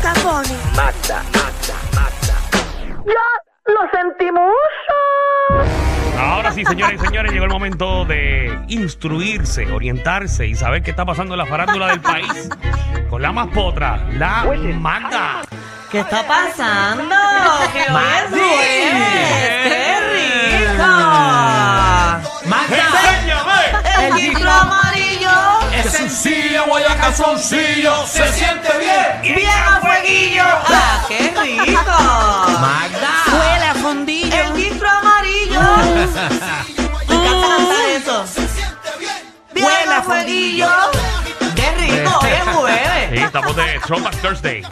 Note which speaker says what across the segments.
Speaker 1: Capone.
Speaker 2: Mata, mata, mata.
Speaker 1: ¡Ya lo sentimos!
Speaker 3: Ahora sí, señores y señores, llegó el momento de instruirse, orientarse y saber qué está pasando en la farándula del país. Con la más potra, la Magda.
Speaker 4: ¿Qué está pasando? ¡Qué hoy es
Speaker 5: Magdi.
Speaker 4: jueves! ¡Qué rico!
Speaker 5: Magda,
Speaker 4: El ciclo amarillo
Speaker 5: es sencillo, guaya calzoncillo, se siente bien.
Speaker 4: y bien a fueguillo. ¡Ah, qué rico!
Speaker 5: Magda,
Speaker 6: Huele a fundillo.
Speaker 4: El ciclo amarillo. Me encanta cantar eso. Bien
Speaker 6: Huele
Speaker 4: a
Speaker 6: a
Speaker 4: fueguillo. ¡Qué rico! Hoy es
Speaker 3: Y
Speaker 4: jueves.
Speaker 3: estamos de Throwback Thursday.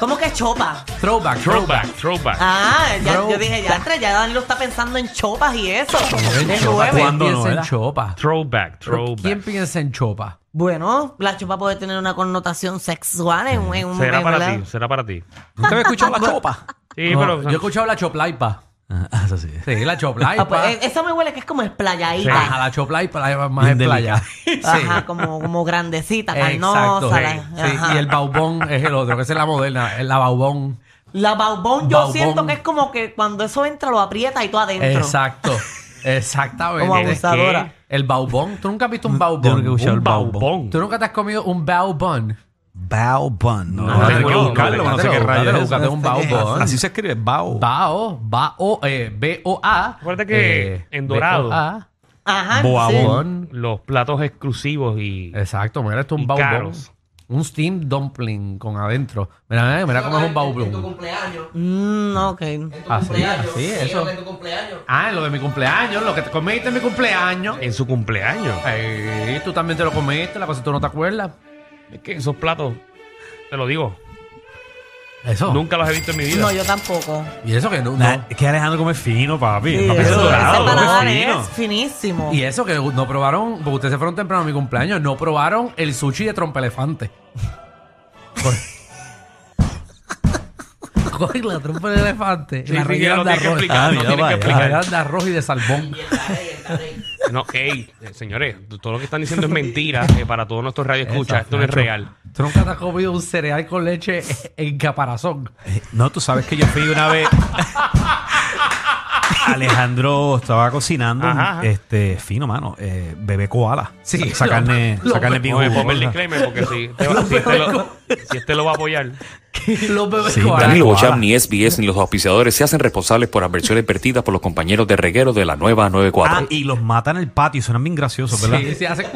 Speaker 4: ¿Cómo que chopa?
Speaker 5: throwback, throwback.
Speaker 3: Throwback, throwback.
Speaker 4: Ah, ya,
Speaker 5: Bro.
Speaker 4: yo dije, ya, entre, ya Danilo está pensando en chopas y eso.
Speaker 5: En
Speaker 4: Es
Speaker 5: chopa,
Speaker 4: jueves.
Speaker 5: ¿Quién
Speaker 6: ¿Cuándo no,
Speaker 5: piensa en
Speaker 6: verdad?
Speaker 5: chopa?
Speaker 3: Throwback,
Speaker 5: Pero ¿Quién
Speaker 3: throwback.
Speaker 5: piensa en chopa?
Speaker 4: Bueno, la chopa puede tener una connotación sexual en, en un
Speaker 3: Será
Speaker 4: en
Speaker 3: para
Speaker 4: la-
Speaker 3: ti, será para ti.
Speaker 6: ¿Nunca había escuchado la chopa?
Speaker 3: Sí,
Speaker 5: No,
Speaker 3: pero.
Speaker 5: yo he escuchado la choplaipa.
Speaker 6: Eso sí.
Speaker 5: Sí, la
Speaker 4: Ah, pues,
Speaker 5: choplaipa.
Speaker 4: eh, eso me huele que es como
Speaker 3: Sí.
Speaker 4: esplayadita.
Speaker 5: Ajá, la choplaipa, la más en
Speaker 6: Indelicada.
Speaker 5: playa. Sí.
Speaker 4: Ajá, como, como grandecita,
Speaker 5: Exacto.
Speaker 4: carnosa.
Speaker 5: Sí,
Speaker 4: La,
Speaker 5: sí,
Speaker 4: ajá.
Speaker 5: Y el baubón es el otro, que esa es la moderna, es la baubón.
Speaker 4: La baubón yo
Speaker 5: Baubón.
Speaker 4: siento que es como que cuando eso entra lo aprieta y tú adentro.
Speaker 5: Exacto.
Speaker 4: Como
Speaker 5: Exactamente.
Speaker 4: abusadora.
Speaker 5: El baubón. ¿Tú nunca has visto un
Speaker 6: Yo nunca he
Speaker 5: baubón?
Speaker 6: escuchado el
Speaker 3: Un
Speaker 6: baubón.
Speaker 3: baubón.
Speaker 5: ¿Tú nunca te has comido un baubón?
Speaker 6: Bao bun.
Speaker 3: No,
Speaker 6: tengo
Speaker 3: tengo que buscarlo, no sé qué
Speaker 5: rayos es.
Speaker 6: buscate un bao
Speaker 5: Eh,
Speaker 6: bun.
Speaker 5: así
Speaker 6: Así se escribe, bao.
Speaker 5: Bao, bao, eh, B-O-A.
Speaker 3: Acuérdate que
Speaker 5: eh,
Speaker 3: en Dorado.
Speaker 5: B-O-A,
Speaker 4: Ajá. sí.
Speaker 5: Baubón.
Speaker 3: Los platos exclusivos y.
Speaker 5: Exacto, mira, esto es
Speaker 3: Y
Speaker 5: un baubón.
Speaker 3: caros.
Speaker 5: Un steam dumpling con adentro. Mira, mira, eh, mira cómo es un baubón.
Speaker 4: Mm, ok.
Speaker 5: Así, así, eso. Ah, lo de mi cumpleaños, lo que te comiste en mi cumpleaños.
Speaker 3: En su cumpleaños.
Speaker 5: Ey, tú también te lo comiste, la cosa tú no te acuerdas.
Speaker 3: Es que esos platos, te lo digo,
Speaker 5: Eso.
Speaker 3: nunca los he visto en mi vida.
Speaker 4: No, yo tampoco.
Speaker 5: Y eso que no.
Speaker 6: Nah,
Speaker 5: no-
Speaker 6: Es que Alejandro come fino, papi.
Speaker 4: Sí,
Speaker 6: Papi,
Speaker 4: eso-
Speaker 6: es dorado,
Speaker 4: ese paladar
Speaker 6: come
Speaker 4: es
Speaker 6: fino.
Speaker 4: finísimo.
Speaker 5: Y eso que no probaron, porque ustedes se fueron temprano a mi cumpleaños, no probaron el sushi de trompelefante. Coge la trompa de elefante
Speaker 3: Sí,
Speaker 5: la
Speaker 3: sí,
Speaker 5: rellenan
Speaker 3: lo
Speaker 5: de
Speaker 3: tiene que
Speaker 5: arroz.
Speaker 3: explicar,
Speaker 6: Ah,
Speaker 3: lo
Speaker 6: mira,
Speaker 3: tiene que
Speaker 6: vaya.
Speaker 5: La
Speaker 3: explicar.
Speaker 5: rellenan de arroz y de salmón.
Speaker 3: No, ey, eh, señores, todo lo que están diciendo es mentira eh, para todos nuestros
Speaker 5: Esa,
Speaker 3: radioescuchas. Esto no es
Speaker 5: Nacho.
Speaker 3: real.
Speaker 5: Tú nunca te has comido un cereal con leche en caparazón.
Speaker 6: Eh, No, tú sabes que yo fui una vez. Alejandro estaba cocinando
Speaker 3: Ajá, ajá.
Speaker 6: este fino, mano. eh, bebé koala.
Speaker 5: Sí,
Speaker 6: Esa
Speaker 5: lo-
Speaker 6: carne,
Speaker 5: lo-
Speaker 6: esa carne bien
Speaker 3: Oye, ponme el
Speaker 6: jugosa.
Speaker 3: disclaimer porque si, te va- si este lo, si este lo va a apoyar.
Speaker 5: Los bebés
Speaker 6: Sí,
Speaker 5: koala.
Speaker 7: Danilo Bocham, ni SBS, ni los auspiciadores se hacen responsables por adversiones vertidas por los compañeros de reguero de la nueva 94.
Speaker 6: Ah, y los matan en el patio. Suenan bien graciosos, ¿verdad?
Speaker 5: Sí, se hace.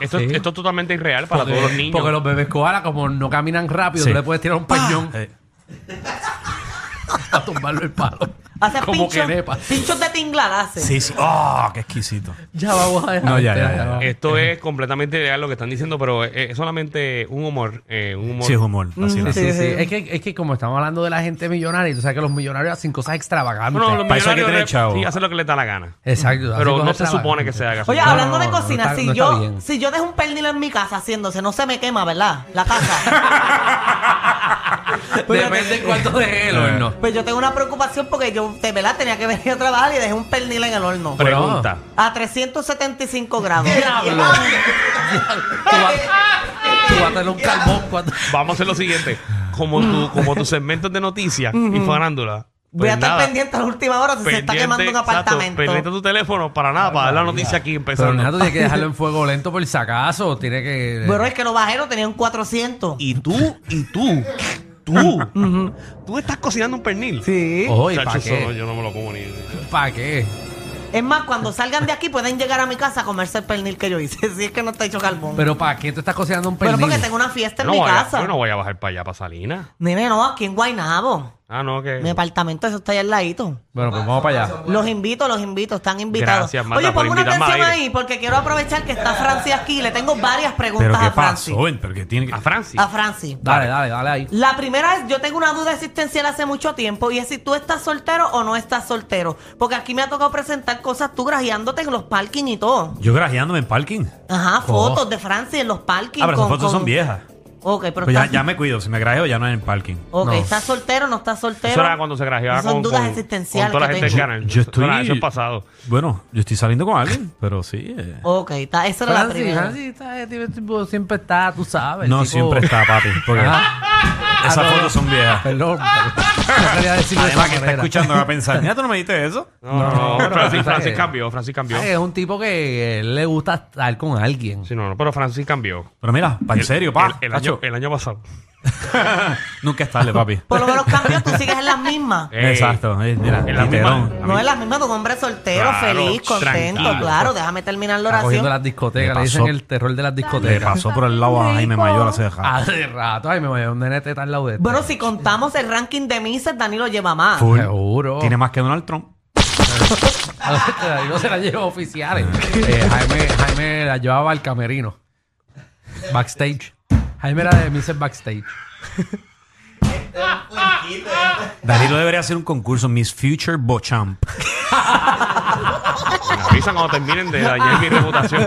Speaker 3: Esto,
Speaker 5: Sí.
Speaker 3: esto es totalmente irreal para todos los niños.
Speaker 5: Porque los bebés koala, como no caminan rápido,
Speaker 6: Sí.
Speaker 5: tú le puedes tirar un pañón
Speaker 6: Eh,
Speaker 5: a tumbarlo el palo.
Speaker 4: Hace
Speaker 5: Como
Speaker 4: pinchos,
Speaker 5: que nepa.
Speaker 4: pinchos de tinglar hace.
Speaker 6: Sí, sí. ¡Oh, qué exquisito!
Speaker 5: Ya vamos a dejar.
Speaker 6: No, ya,
Speaker 5: de-
Speaker 6: ya, ya, ya.
Speaker 3: Esto es completamente irreal lo que están diciendo, pero eh, es solamente un humor. eh, un humor.
Speaker 6: Sí, es humor.
Speaker 5: Sí,
Speaker 6: Así es.
Speaker 5: sí, sí. Es que, es que como estamos hablando de la gente millonaria, tú sabes que los millonarios hacen cosas extravagantes.
Speaker 3: Bueno, los
Speaker 6: Para eso hay que
Speaker 3: millonarios
Speaker 6: tener
Speaker 3: re-
Speaker 6: chavo.
Speaker 3: sí, hacen lo que les da la gana.
Speaker 5: Exacto. hacen
Speaker 3: Pero
Speaker 5: cosas
Speaker 3: no se supone que
Speaker 5: extravagantes.
Speaker 3: se
Speaker 4: Oye,
Speaker 3: haga. eso.
Speaker 5: No,
Speaker 4: hablando de
Speaker 5: no, no
Speaker 4: cocina,
Speaker 5: está-
Speaker 4: si,
Speaker 5: no está
Speaker 4: yo,
Speaker 5: bien.
Speaker 4: si yo dejo un pernil en mi casa haciéndose, no se me quema, ¿verdad? La casa. Pero-
Speaker 5: Depende cuánto deje el horno.
Speaker 4: Pues yo tengo una preocupación porque yo, de verdad, tenía que venir a trabajar y dejé un pernil en el horno.
Speaker 3: Pregunta.
Speaker 4: A 375 grados.
Speaker 5: Diablo. tú, vas, tú vas a tener un carbón cuando.
Speaker 3: Vamos a hacer lo siguiente. Como tu, como tus segmentos de noticias y farándula.
Speaker 4: Voy
Speaker 3: pues
Speaker 4: a estar
Speaker 3: nada,
Speaker 4: pendiente a la última hora si se está
Speaker 3: pendiente,
Speaker 4: quemando un
Speaker 3: exacto,
Speaker 4: apartamento.
Speaker 3: pendiente tu teléfono para nada, para dar la noticia aquí
Speaker 5: Pero nada, tú
Speaker 3: empezando.
Speaker 5: tienes que dejarlo en fuego lento por si acaso. Tiene que.
Speaker 4: Pero es que los bajeros tenían 400.
Speaker 3: Y tú, y tú, tú, tú estás cocinando un pernil.
Speaker 4: Sí.
Speaker 5: Oye,
Speaker 3: Chacho,
Speaker 5: ¿para
Speaker 3: eso no,
Speaker 5: qué?
Speaker 3: yo no me lo como ni.
Speaker 5: ¿Para qué?
Speaker 4: Es más, cuando salgan de aquí pueden llegar a mi casa a comerse el pernil que yo hice. Si es que no está hecho carbón. Pero,
Speaker 5: ¿Pero para qué tú estás cocinando un pernil?
Speaker 4: porque tengo una fiesta en
Speaker 3: No
Speaker 4: mi
Speaker 3: voy a,
Speaker 4: casa.
Speaker 3: yo no voy a bajar para allá, para Salinas.
Speaker 4: Nene, no, aquí en Guaynabo.
Speaker 3: Ah, no, que.
Speaker 4: Mi apartamento eso está allá al ladito.
Speaker 5: Bueno, pues vamos para allá.
Speaker 4: Los invito, los invito, están invitados.
Speaker 3: Gracias, Magda,
Speaker 4: Oye,
Speaker 3: por
Speaker 4: pongo una
Speaker 3: invitarme
Speaker 4: canción
Speaker 3: al aire.
Speaker 4: ahí porque quiero aprovechar que está Franci aquí. Le tengo varias preguntas
Speaker 6: Pero qué
Speaker 4: a Franci.
Speaker 6: pasó, ven, pero que tiene que.
Speaker 3: A Francis.
Speaker 4: A Franci.
Speaker 5: Dale, dale, dale ahí.
Speaker 4: La primera es, yo tengo una duda existencial hace mucho tiempo y es si tú estás soltero o no estás soltero. Porque aquí me ha tocado presentar cosas tú grajeándote en los parkings y todo.
Speaker 6: Yo grajeándome en parking.
Speaker 4: Ajá,
Speaker 6: Oh.
Speaker 4: fotos de Francia en los parkings.
Speaker 6: Ah, pero esas
Speaker 4: con-
Speaker 6: fotos
Speaker 4: con-
Speaker 6: son viejas.
Speaker 4: Ok, pero
Speaker 6: Pues ya,
Speaker 4: estás,
Speaker 6: ya me cuido, si me grajeo ya no en el parking.
Speaker 4: ok,
Speaker 5: no.
Speaker 4: ¿estás soltero no estás soltero?
Speaker 3: Eso era cuando se grajeaba
Speaker 4: Son
Speaker 3: con,
Speaker 4: dudas
Speaker 3: con-
Speaker 4: existenciales
Speaker 3: con toda la
Speaker 4: que
Speaker 3: gente del
Speaker 4: tengo.
Speaker 3: canal.
Speaker 6: Yo estoy-
Speaker 3: Eso, era- eso es pasado.
Speaker 6: Bueno, yo estoy saliendo con alguien, pero sí. eh.
Speaker 4: Ok, está, esa era la
Speaker 5: Francis,
Speaker 4: primera.
Speaker 5: Francis está, eh, tipo, tipo, siempre está, tú sabes.
Speaker 6: No,
Speaker 5: tipo- Ah,
Speaker 6: siempre está, papi. Porque esas fotos son viejas.
Speaker 5: Perdón, pero no quería decirlo de esa
Speaker 6: Además que está
Speaker 5: manera.
Speaker 6: escuchando va a pensar, mira, tú no me dijiste eso.
Speaker 3: No, no, no.
Speaker 5: no,
Speaker 3: Francis,
Speaker 5: no,
Speaker 3: Francis
Speaker 5: no.
Speaker 3: cambió, Francis cambió.
Speaker 5: Ay, es un tipo que eh, le gusta estar con alguien.
Speaker 3: Sí, no, no, pero Francis cambió.
Speaker 6: Pero mira, pa, en serio, pa.
Speaker 3: El, el año,
Speaker 6: Tacho,
Speaker 3: el año pasado.
Speaker 6: Nunca es tarde, papi.
Speaker 4: Por lo menos cambió, tú sigues en las mismas.
Speaker 3: Ey,
Speaker 6: Exacto. eh, mira,
Speaker 3: En la
Speaker 6: literón.
Speaker 3: misma.
Speaker 4: No es las mismas de un hombre soltero,
Speaker 3: Claro,
Speaker 4: feliz, contento,
Speaker 3: tranquilo.
Speaker 4: claro. Déjame terminar la
Speaker 5: Está cogiendo
Speaker 4: oración.
Speaker 5: las discotecas,
Speaker 6: Le
Speaker 5: le dicen
Speaker 6: pasó-
Speaker 5: el terror de las
Speaker 6: Le
Speaker 5: discotecas.
Speaker 6: pasó por el lado a Jaime Mayor hace rato.
Speaker 5: Hace rato, ay, me voy a un nene teta al lado de este.
Speaker 4: Bueno, si contamos el ranking de Mises, Danilo lleva más.
Speaker 6: Full.
Speaker 5: Seguro.
Speaker 6: Tiene más que Donald Trump.
Speaker 5: Yo se la llevo oficiales.
Speaker 6: Ah.
Speaker 5: Eh, Jaime, Jaime la llevaba al camerino. Backstage. Jaime era de Mrs. Backstage.
Speaker 6: Danilo debería hacer un concurso Miss Future Bochamp.
Speaker 3: Me avisan cuando terminen de dañar mi reputación.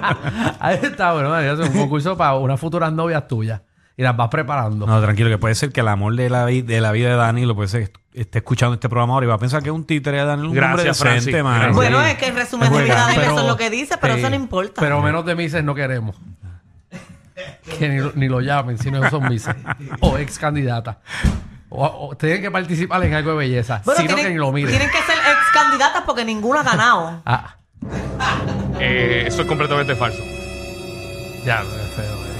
Speaker 5: Ahí está, bueno, María, es un concurso para unas futuras novias tuyas. Y las vas preparando.
Speaker 6: No, tranquilo, que puede ser que el amor de la, vi- de la vida de Danilo puede ser que est- esté escuchando este programa ahora y va a pensar que es un títere de Danilo. Un hombre
Speaker 3: Gracias,
Speaker 6: decente,
Speaker 3: Francis.
Speaker 6: mano.
Speaker 3: Gracias.
Speaker 4: Bueno, es que el resumen de
Speaker 5: Juega,
Speaker 4: vida de él,
Speaker 5: pero-
Speaker 4: eso es lo que dice, pero
Speaker 5: sí,
Speaker 4: eso no importa.
Speaker 5: Pero menos de Mises no queremos. Que ni, lo- ni lo llamen si no son Mises. O ex candidata. O, o tienen que participar en algo de belleza.
Speaker 4: Bueno,
Speaker 5: sino que ni lo miren.
Speaker 4: tienen que ser ex candidatas porque ninguna ha ganado.
Speaker 5: Ah,
Speaker 3: Eh, eso es completamente falso.
Speaker 5: ya, qué feo. eh.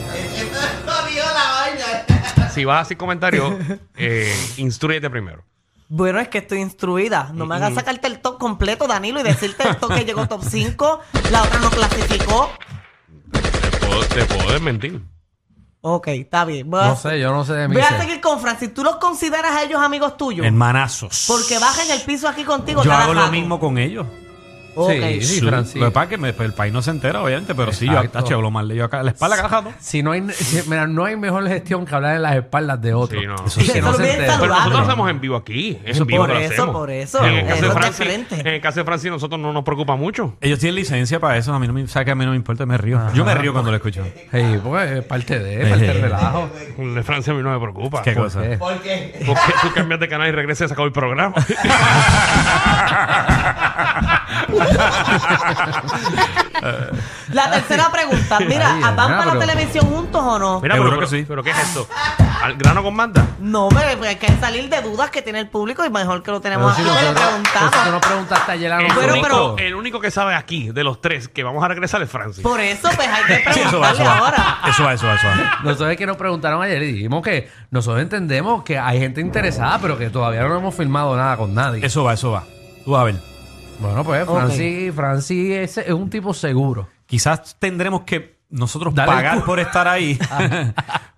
Speaker 3: Si vas a hacer comentarios, eh, instruyete primero.
Speaker 4: Bueno, es que estoy instruida. No me hagas sacarte el top completo, Danilo, y decirte el top que llegó top 5, la otra no clasificó.
Speaker 3: Te puedo, te puedo desmentir.
Speaker 4: Ok, está bien. Voy a-
Speaker 5: No sé, yo no sé de
Speaker 4: voy a
Speaker 5: Mises.
Speaker 4: seguir con Francis. ¿Tú los consideras a ellos amigos tuyos?
Speaker 6: Hermanazos.
Speaker 4: Porque bajan el piso aquí contigo.
Speaker 6: Yo
Speaker 4: cada
Speaker 6: hago lo
Speaker 4: rato.
Speaker 6: mismo con ellos.
Speaker 4: Ok.
Speaker 5: Sí, sí. Francis.
Speaker 6: Lo que pasa es que me- el país no se entera, obviamente, pero sí, yo
Speaker 5: Exacto.
Speaker 6: tacho, hablo mal de ellos acá. La espalda acá, ¿no?
Speaker 5: Si no hay, si- mira, no hay mejor gestión que hablar en las espaldas de otro.
Speaker 3: Sí, no.
Speaker 6: Eso sí.
Speaker 5: Que
Speaker 4: Eso
Speaker 5: no
Speaker 4: lo
Speaker 5: se
Speaker 4: bien
Speaker 5: entere.
Speaker 3: Pero nosotros
Speaker 4: Claro.
Speaker 3: hacemos en vivo aquí. Es en vivo
Speaker 4: por
Speaker 3: que lo
Speaker 4: eso,
Speaker 3: hacemos.
Speaker 4: por eso.
Speaker 3: En el, caso
Speaker 4: Eso
Speaker 3: de
Speaker 4: es
Speaker 3: Francis,
Speaker 4: diferente.
Speaker 3: en el caso de Francis, nosotros no nos preocupa mucho.
Speaker 6: Ellos tienen licencia para eso. A mí no me, sabe que a mí no me importa, me río. Yo me río cuando lo escucho.
Speaker 5: Sí, pues es parte de, es parte del relajo.
Speaker 3: El de Francia a mí no me preocupa.
Speaker 6: ¿Qué
Speaker 3: ¿Por
Speaker 6: cosa?
Speaker 5: qué?
Speaker 3: Porque tú cambias de canal y regresas y se acabó el programa.
Speaker 4: La tercera pregunta. Mira,
Speaker 5: Ahí,
Speaker 4: ¿van
Speaker 5: buena
Speaker 4: para la
Speaker 5: pregunta.
Speaker 4: televisión juntos o no?
Speaker 3: Mira,
Speaker 6: Seguro
Speaker 3: pero,
Speaker 6: que
Speaker 3: pero-
Speaker 6: sí.
Speaker 3: pero ¿qué es esto? ¿Al grano con manda?
Speaker 4: No, pero pues hay que salir de dudas que tiene el público y mejor que lo tenemos
Speaker 5: Pero si
Speaker 4: aquí, que le
Speaker 5: nosotros-
Speaker 4: preguntamos.
Speaker 5: pero si tú no preguntaste ayer a
Speaker 3: El,
Speaker 5: nosotros.
Speaker 4: Bueno,
Speaker 3: único,
Speaker 4: pero-
Speaker 3: el único que sabe aquí, de los tres, que vamos a regresar es Francis.
Speaker 4: Por eso, pues hay que preguntarle
Speaker 6: Sí, eso va, eso
Speaker 4: ahora.
Speaker 6: va. Eso va, eso va, eso va.
Speaker 5: Nosotros es que nos preguntaron ayer y dijimos que nosotros entendemos que hay gente interesada, pero que todavía no hemos firmado nada con nadie.
Speaker 6: Eso va, eso va. Tú vas a ver.
Speaker 5: Bueno, pues
Speaker 4: Ok.
Speaker 5: Francis, Francis es, es un tipo seguro.
Speaker 6: Quizás tendremos que nosotros
Speaker 5: Dale el
Speaker 6: pagar
Speaker 5: cu-
Speaker 6: por estar ahí.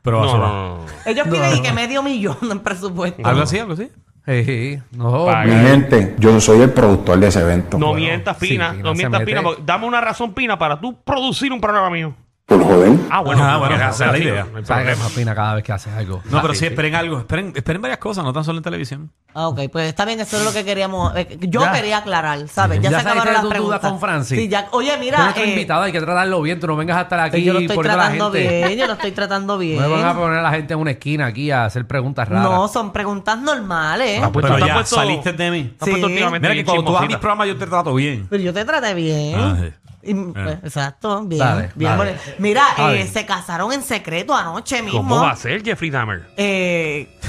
Speaker 6: pero va,
Speaker 3: no,
Speaker 6: eso
Speaker 3: no,
Speaker 6: va.
Speaker 3: no, no.
Speaker 4: Ellos piden y que medio millón en presupuesto.
Speaker 6: ¿Algo así, algo así?
Speaker 5: Sí, no,
Speaker 3: Paga.
Speaker 8: Mi gente, yo soy el productor de ese evento.
Speaker 3: No
Speaker 5: bueno,
Speaker 3: mientas,
Speaker 5: sí,
Speaker 3: Pina.
Speaker 5: Pina
Speaker 3: no
Speaker 5: se
Speaker 3: mientas,
Speaker 5: mete.
Speaker 3: Pina. porque- Dame una razón, Pina, para tú producir un programa mío.
Speaker 8: Por joder.
Speaker 3: Ah, bueno.
Speaker 6: Ah, bueno,
Speaker 3: porque-
Speaker 6: esa es la idea.
Speaker 3: No hay
Speaker 5: paga
Speaker 3: problema.
Speaker 5: más pina cada vez que haces algo.
Speaker 6: No,
Speaker 3: Ah,
Speaker 6: pero sí, esperen algo. Esperen, esperen varias cosas, no tan solo en televisión.
Speaker 4: Ah, ok, pues está bien, eso es lo que queríamos. eh, Yo
Speaker 5: Ya.
Speaker 4: quería aclarar, ¿sabes? Ya,
Speaker 5: Ya
Speaker 4: se acabaron
Speaker 5: saliste
Speaker 4: las
Speaker 5: de tu duda
Speaker 4: preguntas.
Speaker 5: con Francis.
Speaker 4: Sí, ya. Oye,
Speaker 5: Tú
Speaker 4: mira,
Speaker 5: nuestro
Speaker 4: eh, Pues
Speaker 5: invitado hay que tratarlo bien, tú no vengas a estar aquí
Speaker 4: yo lo estoy
Speaker 5: poniendo a la
Speaker 4: tratando
Speaker 5: gente.
Speaker 4: bien, yo lo estoy tratando bien.
Speaker 5: No me van a poner a la gente en una esquina aquí a hacer preguntas raras.
Speaker 4: No, son preguntas normales.
Speaker 3: Ah, pues,
Speaker 6: pero
Speaker 3: ¿te has
Speaker 6: ya
Speaker 3: puesto-
Speaker 6: saliste de mí.
Speaker 3: ¿te has puesto
Speaker 4: Sí.
Speaker 3: últimamente
Speaker 6: Mira que
Speaker 3: bien
Speaker 6: cuando tú vas a mis
Speaker 3: chismosita?
Speaker 6: programas yo te trato bien.
Speaker 4: Pero yo te traté bien.
Speaker 6: Ah, sí.
Speaker 4: Y, pues, Exacto, bien.
Speaker 5: Eh. Dale,
Speaker 4: bien
Speaker 5: dale.
Speaker 4: bueno. Mira,
Speaker 5: Está
Speaker 4: eh,
Speaker 5: bien.
Speaker 4: se casaron en secreto anoche mismo.
Speaker 3: ¿Cómo va a ser Jeffrey Dahmer?
Speaker 4: Eh,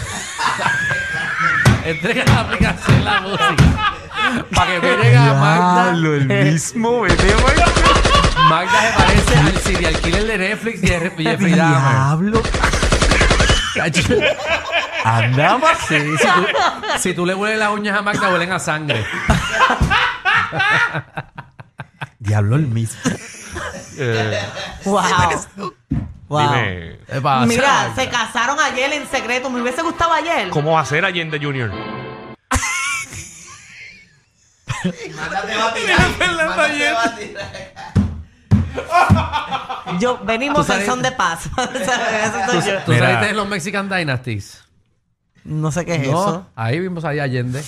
Speaker 5: Entrega la aplicación de la música. Para que me llegue a Magda.
Speaker 6: el mismo, vete,
Speaker 5: Magda se parece al serial killer de Netflix y Jeff- Jeffrey Dahmer.
Speaker 6: Anda más.
Speaker 5: Sí, si, tú, si tú le hueles las uñas a Magda, huelen a sangre.
Speaker 6: Diablo el mismo.
Speaker 3: Eh,
Speaker 4: wow. wow.
Speaker 3: Dime,
Speaker 5: ¿Qué pasa?
Speaker 4: Mira, se casaron ayer en secreto. Me hubiese gustado ayer.
Speaker 3: ¿cómo va a ser Allende Junior?
Speaker 4: Yo venimos
Speaker 5: Tú
Speaker 4: en
Speaker 5: sabes-
Speaker 4: son de paz. ¿Sabes? Eso soy yo.
Speaker 5: ¿Tú
Speaker 6: Mira.
Speaker 5: saliste de los Mexican Dynasties?
Speaker 4: No sé qué es eso.
Speaker 5: Ahí vimos ahí Allende.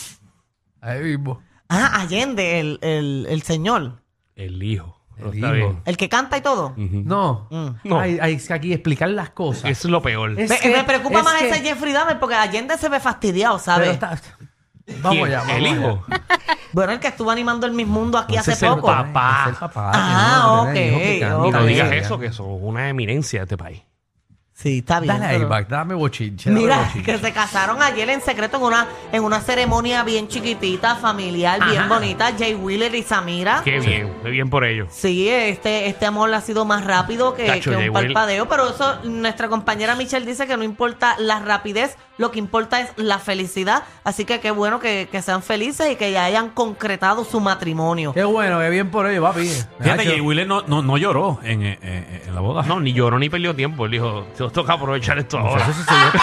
Speaker 5: Ahí vimos.
Speaker 4: Ah, Allende, el, el, el señor.
Speaker 3: El hijo.
Speaker 5: Pero
Speaker 3: El
Speaker 5: está
Speaker 3: hijo.
Speaker 5: bien.
Speaker 4: El que canta y todo.
Speaker 5: No.
Speaker 3: No.
Speaker 5: Ay, ay, es que aquí explicar las cosas.
Speaker 3: Eso es lo peor.
Speaker 5: Es
Speaker 4: Mm. Me-
Speaker 5: que-
Speaker 4: me preocupa
Speaker 5: es
Speaker 4: más
Speaker 5: que-
Speaker 4: ese Jeffrey Dahmer porque Allende se ve fastidiado,
Speaker 5: pero
Speaker 4: ¿sabes?
Speaker 5: está- Vamos
Speaker 3: ¿Quién?
Speaker 5: allá. vamos
Speaker 3: El
Speaker 5: allá.
Speaker 3: hijo.
Speaker 4: Bueno, el que estuvo animando el Mismundo aquí hace
Speaker 3: Ese es el
Speaker 4: poco.
Speaker 3: papá.
Speaker 5: Es el papá.
Speaker 4: Ah,
Speaker 5: que no,
Speaker 4: ok,
Speaker 5: que canta,
Speaker 4: ok.
Speaker 5: que
Speaker 3: No digas
Speaker 5: canta.
Speaker 3: eso, que eso es una eminencia de este país.
Speaker 4: Sí, está bien.
Speaker 5: Dale
Speaker 4: pero-
Speaker 5: airbag, dame bochinche. dame
Speaker 4: Mira,
Speaker 5: bochinche.
Speaker 4: que se casaron ayer en secreto en una, en una ceremonia bien chiquitita, familiar, bien bonita. Jay Wheeler y Samira.
Speaker 3: Qué bien, qué bien por ellos.
Speaker 4: Sí, este, este amor ha sido más rápido que,
Speaker 3: Cacho,
Speaker 4: que
Speaker 3: Jay
Speaker 4: un
Speaker 3: Wheeler.
Speaker 4: parpadeo, pero eso nuestra compañera Michelle dice que no importa la rapidez, lo que importa es la felicidad. Así que qué bueno que, que sean felices y que ya hayan concretado su matrimonio.
Speaker 5: Qué bueno, qué bien por ello, papi.
Speaker 6: Fíjate,
Speaker 5: Nacho.
Speaker 6: Jay Wheeler no, no, no lloró en, eh, eh, en la boda.
Speaker 3: No, ni lloró ni perdió tiempo. Él dijo, te toca aprovechar esto ahora.
Speaker 5: Eso sucedió otra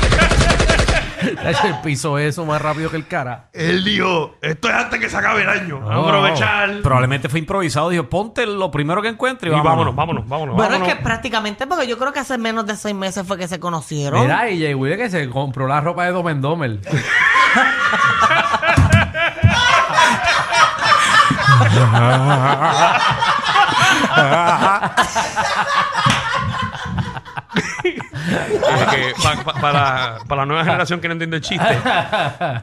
Speaker 5: vez. Nacho, el piso eso más rápido que el cara.
Speaker 3: Él dijo, esto es antes que se acabe el año.
Speaker 5: No,
Speaker 3: aprovechar.
Speaker 6: Probablemente fue improvisado. Dijo, ponte lo primero que encuentre
Speaker 3: y
Speaker 6: y
Speaker 3: vámonos, vámonos, vámonos.
Speaker 4: bueno,
Speaker 3: vámonos.
Speaker 4: es que prácticamente, porque yo creo que hace menos de seis meses fue que se conocieron.
Speaker 5: Mira, y Jay Wheeler que se compró la ropa de Domen Domel.
Speaker 3: Eh, que pa- pa- para, para la nueva generación que no entiende el chiste,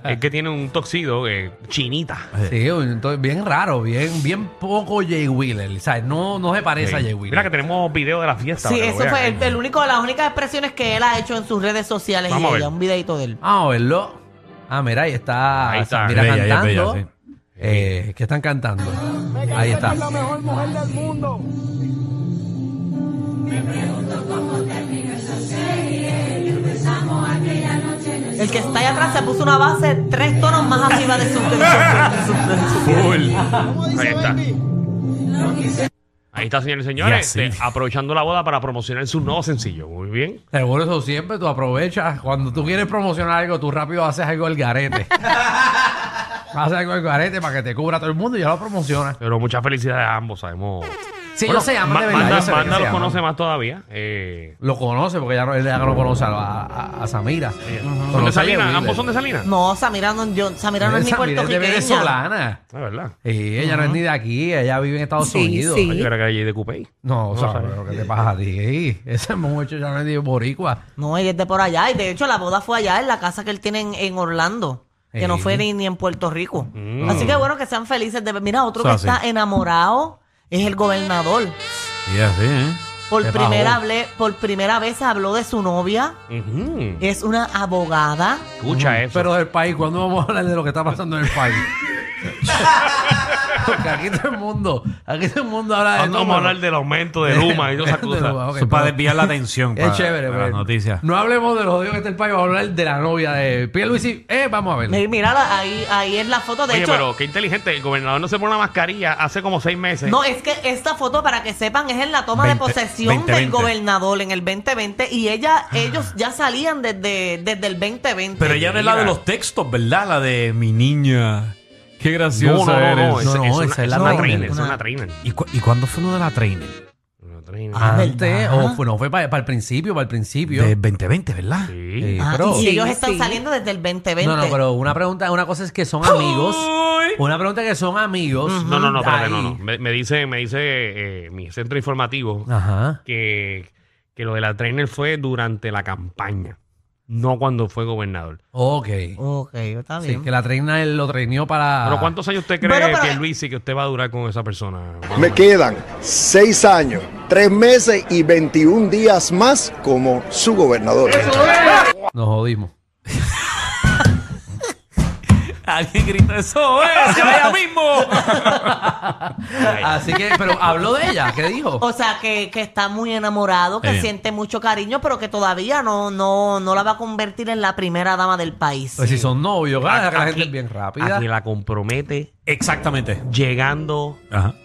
Speaker 3: es que tiene un toxido eh, chinita.
Speaker 5: Sí, entonces, bien raro, bien, bien poco Jay Wheeler. O sea, no, no se parece a Jay Wheeler.
Speaker 3: Mira que tenemos video de la fiesta.
Speaker 4: Sí,
Speaker 3: para que
Speaker 4: eso
Speaker 3: lo
Speaker 4: fue
Speaker 3: vean.
Speaker 4: el, el único, las únicas expresiones que él ha hecho en sus redes sociales
Speaker 3: Vamos a
Speaker 4: y
Speaker 3: ver.
Speaker 4: ella, un videito de él.
Speaker 5: Vamos a verlo. Ah, mira, ahí está.
Speaker 3: Ahí está.
Speaker 5: Mira
Speaker 6: Bella, ella es
Speaker 5: cantando.
Speaker 6: bella,
Speaker 5: Eh, ¿Qué están cantando? Ahí está.
Speaker 4: El que está ahí atrás se puso una base tres tonos más arriba de su... de su- de su- de su-
Speaker 3: Ahí está. Ahí está, señores y señores.
Speaker 6: Y así.
Speaker 3: este, aprovechando la boda para promocionar su nuevo sencillo. Muy bien.
Speaker 5: Seguro eso siempre, tú aprovechas. Cuando tú quieres promocionar algo, tú rápido haces algo al garete. haces algo al garete para que te cubra todo el mundo y ya lo promocionas.
Speaker 3: Pero muchas felicidades a ambos, sabemos.
Speaker 5: Sí,
Speaker 3: Bueno,
Speaker 5: ellos se aman
Speaker 3: Ma-
Speaker 5: de verdad.
Speaker 3: Manda,
Speaker 5: ellos se ven que
Speaker 3: Manda
Speaker 5: se
Speaker 3: los
Speaker 5: aman.
Speaker 3: conoce más todavía. Eh,
Speaker 5: Lo conoce porque ya no, él ya no conoce a, a- a Samira.
Speaker 3: ¿Son de Salinas? ¿Ambos son de Salinas?
Speaker 4: No, Samira no, yo- Samira no es ni
Speaker 5: de
Speaker 4: puertorriqueña.
Speaker 5: venezolana.
Speaker 3: La Ah, verdad.
Speaker 5: Sí, ella no es ni de aquí, ella vive en Estados
Speaker 9: Sí,
Speaker 5: Unidos.
Speaker 9: sí.
Speaker 3: Yo creo que era Jay de Coupey.
Speaker 5: No, o sea,
Speaker 3: sabe.
Speaker 5: pero ¿qué te pasa a ti? Ey, Ese muchacho ya no es de boricua.
Speaker 4: No, ella es de por allá. Y de hecho, la boda fue allá, en la casa que él tiene en, en Orlando. Que no
Speaker 5: Sí.
Speaker 4: fue ni, ni en Puerto Rico. Así que bueno, que sean felices. De... Mira, otro
Speaker 6: Eso
Speaker 4: que
Speaker 6: así.
Speaker 4: está enamorado es el gobernador.
Speaker 6: Y así, ¿eh?
Speaker 4: Por
Speaker 5: Se
Speaker 4: primera,
Speaker 5: bajó.
Speaker 4: hablé- por primera vez habló de su novia.
Speaker 3: Ujú.
Speaker 4: Es una abogada.
Speaker 3: Escucha eso.
Speaker 5: Pero del país, ¿cuándo vamos a hablar de lo que está pasando en el país? Porque aquí todo el mundo, aquí todo el mundo habla de
Speaker 3: ¿Cuándo vamos a hablar del aumento de Luma y todas esas
Speaker 5: Ah, De Luma,
Speaker 3: cosas?
Speaker 5: ok,
Speaker 6: Eso es para
Speaker 5: pero-
Speaker 6: desviar la atención. para-
Speaker 5: Es chévere, pues.
Speaker 6: para las
Speaker 5: pero-
Speaker 6: noticias.
Speaker 5: No hablemos de los odios que está el país, vamos a hablar de la novia de Pierluisi. Eh, vamos a ver.
Speaker 4: Mira, mira, ahí, ahí es la foto. De
Speaker 3: Oye,
Speaker 4: hecho,
Speaker 3: pero qué inteligente. El gobernador no se pone una mascarilla hace como seis meses.
Speaker 4: No, es que esta foto, para que sepan, es en la toma
Speaker 6: 20,
Speaker 4: de posesión
Speaker 6: 2020.
Speaker 4: del gobernador en el 2020 y ella, ellos ya salían desde, desde el 2020.
Speaker 6: Pero ella no es la de
Speaker 3: Mira.
Speaker 6: los textos, ¿verdad? La de mi niña. Qué gracioso eres.
Speaker 5: no,
Speaker 3: esa-
Speaker 5: no,
Speaker 3: esa
Speaker 5: esa es la
Speaker 3: una
Speaker 5: trainer,
Speaker 3: trainer, esa es
Speaker 5: una-
Speaker 3: una trainer.
Speaker 6: ¿Y, cu- y cuándo fue lo de la trainer?
Speaker 3: Una trainer.
Speaker 5: Ah. Antes,
Speaker 4: Ah, ¿verdad?
Speaker 5: o fue- no fue para, el principio, para el principio.
Speaker 6: eh, De 2020, ¿verdad?
Speaker 3: Sí.
Speaker 5: Eh,
Speaker 4: Ah,
Speaker 5: pero-
Speaker 4: y
Speaker 9: Sí,
Speaker 4: ellos están
Speaker 9: sí.
Speaker 4: saliendo desde el 2020.
Speaker 5: No, no, pero una pregunta, una cosa es que son amigos. Una pregunta es que son amigos.
Speaker 3: No, no, no, espérate,
Speaker 5: Ahí.
Speaker 3: no, no. Me, me dice, me dice eh, mi centro
Speaker 5: Ah.
Speaker 3: informativo
Speaker 5: Ajá.
Speaker 3: que, que lo de la trainer fue durante la campaña, no cuando fue gobernador.
Speaker 5: Ok.
Speaker 4: Ok, está
Speaker 5: Sí,
Speaker 4: bien.
Speaker 5: que la treina él lo trainió para.
Speaker 3: Pero ¿cuántos años usted
Speaker 4: Bueno,
Speaker 3: cree,
Speaker 4: pero-
Speaker 3: que Luisi, que usted va a durar con esa persona?
Speaker 10: Me quedan seis años, tres meses y 21 días más como su gobernador.
Speaker 5: Nos jodimos.
Speaker 6: Alguien grita eso, ¡eh! ¡Se vaya mismo!
Speaker 5: Así que, pero habló de ella, ¿qué dijo?
Speaker 4: O sea, que, que está muy enamorado, que
Speaker 6: Bien.
Speaker 4: siente mucho cariño, pero que todavía no, no, no la va a convertir en la primera dama del país.
Speaker 5: Pues si son novios, claro, que la gente
Speaker 3: Aquí-
Speaker 5: es bien rápida.
Speaker 3: Aquí la compromete
Speaker 6: Exactamente.
Speaker 3: llegando
Speaker 6: Ajá.
Speaker 3: a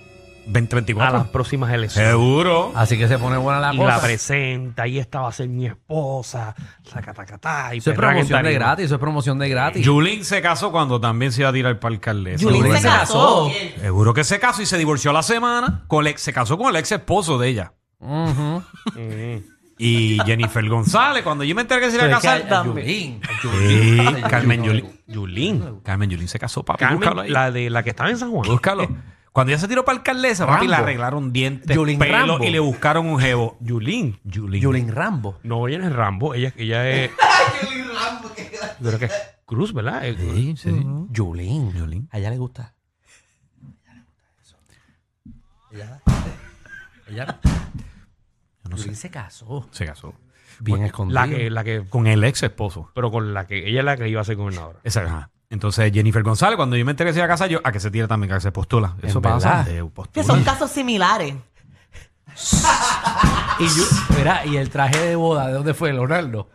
Speaker 6: 2024.
Speaker 3: las próximas elecciones.
Speaker 6: Seguro.
Speaker 5: Así que se pone buena la
Speaker 3: y
Speaker 5: cosa.
Speaker 3: la presenta y esta va a ser mi esposa sacatacatá y
Speaker 5: eso es
Speaker 3: perra que
Speaker 5: promoción de
Speaker 3: tarima.
Speaker 5: gratis, eso es promoción de gratis.
Speaker 6: Yulín se casó cuando también se iba a tirar para alcalde.
Speaker 4: Yulín
Speaker 6: Seguro
Speaker 4: se
Speaker 6: que
Speaker 4: casó.
Speaker 6: Seguro que se casó y se divorció a la semana. Con el ex- se casó con el ex esposo de ella.
Speaker 5: Ujú.
Speaker 6: Y Jennifer González, cuando yo me enteré que se iba
Speaker 5: Pero
Speaker 6: a
Speaker 5: Pues es que
Speaker 6: casar.
Speaker 5: a Yulín, a
Speaker 6: Sí,
Speaker 5: Yulín.
Speaker 6: Carmen Yulín.
Speaker 3: Yulín
Speaker 6: Carmen Yulín se casó, papi.
Speaker 3: Carmen,
Speaker 6: búscalo ahí.
Speaker 3: la de la que estaba en San Juan
Speaker 6: Búscalo. Cuando ella se tiró para alcaldesa, papi,
Speaker 5: Eh. Rambo.
Speaker 6: le arreglaron dientes,
Speaker 5: Yulín
Speaker 6: pelo
Speaker 5: Rambo.
Speaker 6: y le buscaron un jevo.
Speaker 3: Yulín.
Speaker 6: Yulín.
Speaker 5: Yulín Rambo.
Speaker 3: No, ella no es Rambo. Ella, ella es. Yo creo que es Cruz, ¿verdad? Eh,
Speaker 6: Sí, sí, sí. Yulín. Yulín.
Speaker 5: A ella le gusta. A ella le gusta eso. Ella. Ella.
Speaker 6: no sé.
Speaker 5: Yulín se casó.
Speaker 6: Se casó. Eh,
Speaker 5: Bien escondida.
Speaker 3: La que, la que.
Speaker 6: Con el ex esposo.
Speaker 3: Pero con la que. Ella es la que iba a ser gobernadora.
Speaker 6: Esa, ajá. Entonces, Jennifer González, cuando yo me enteré que se iba a casar, yo, a que se tira también, que se postula.
Speaker 5: En
Speaker 6: Eso pasa.
Speaker 5: verdad.
Speaker 6: eh,
Speaker 4: Que
Speaker 6: postula.
Speaker 4: son casos similares.
Speaker 5: Y yo, mira, y el traje de boda, ¿de dónde fue, Leonardo?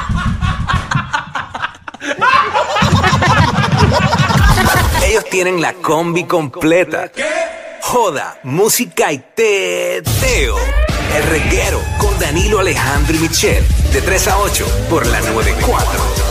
Speaker 2: Ah, Ellos tienen la combi completa. Joda, música y teteo. El reguero con Danilo Alejandro y Michel. De 3 a 8 por la 94.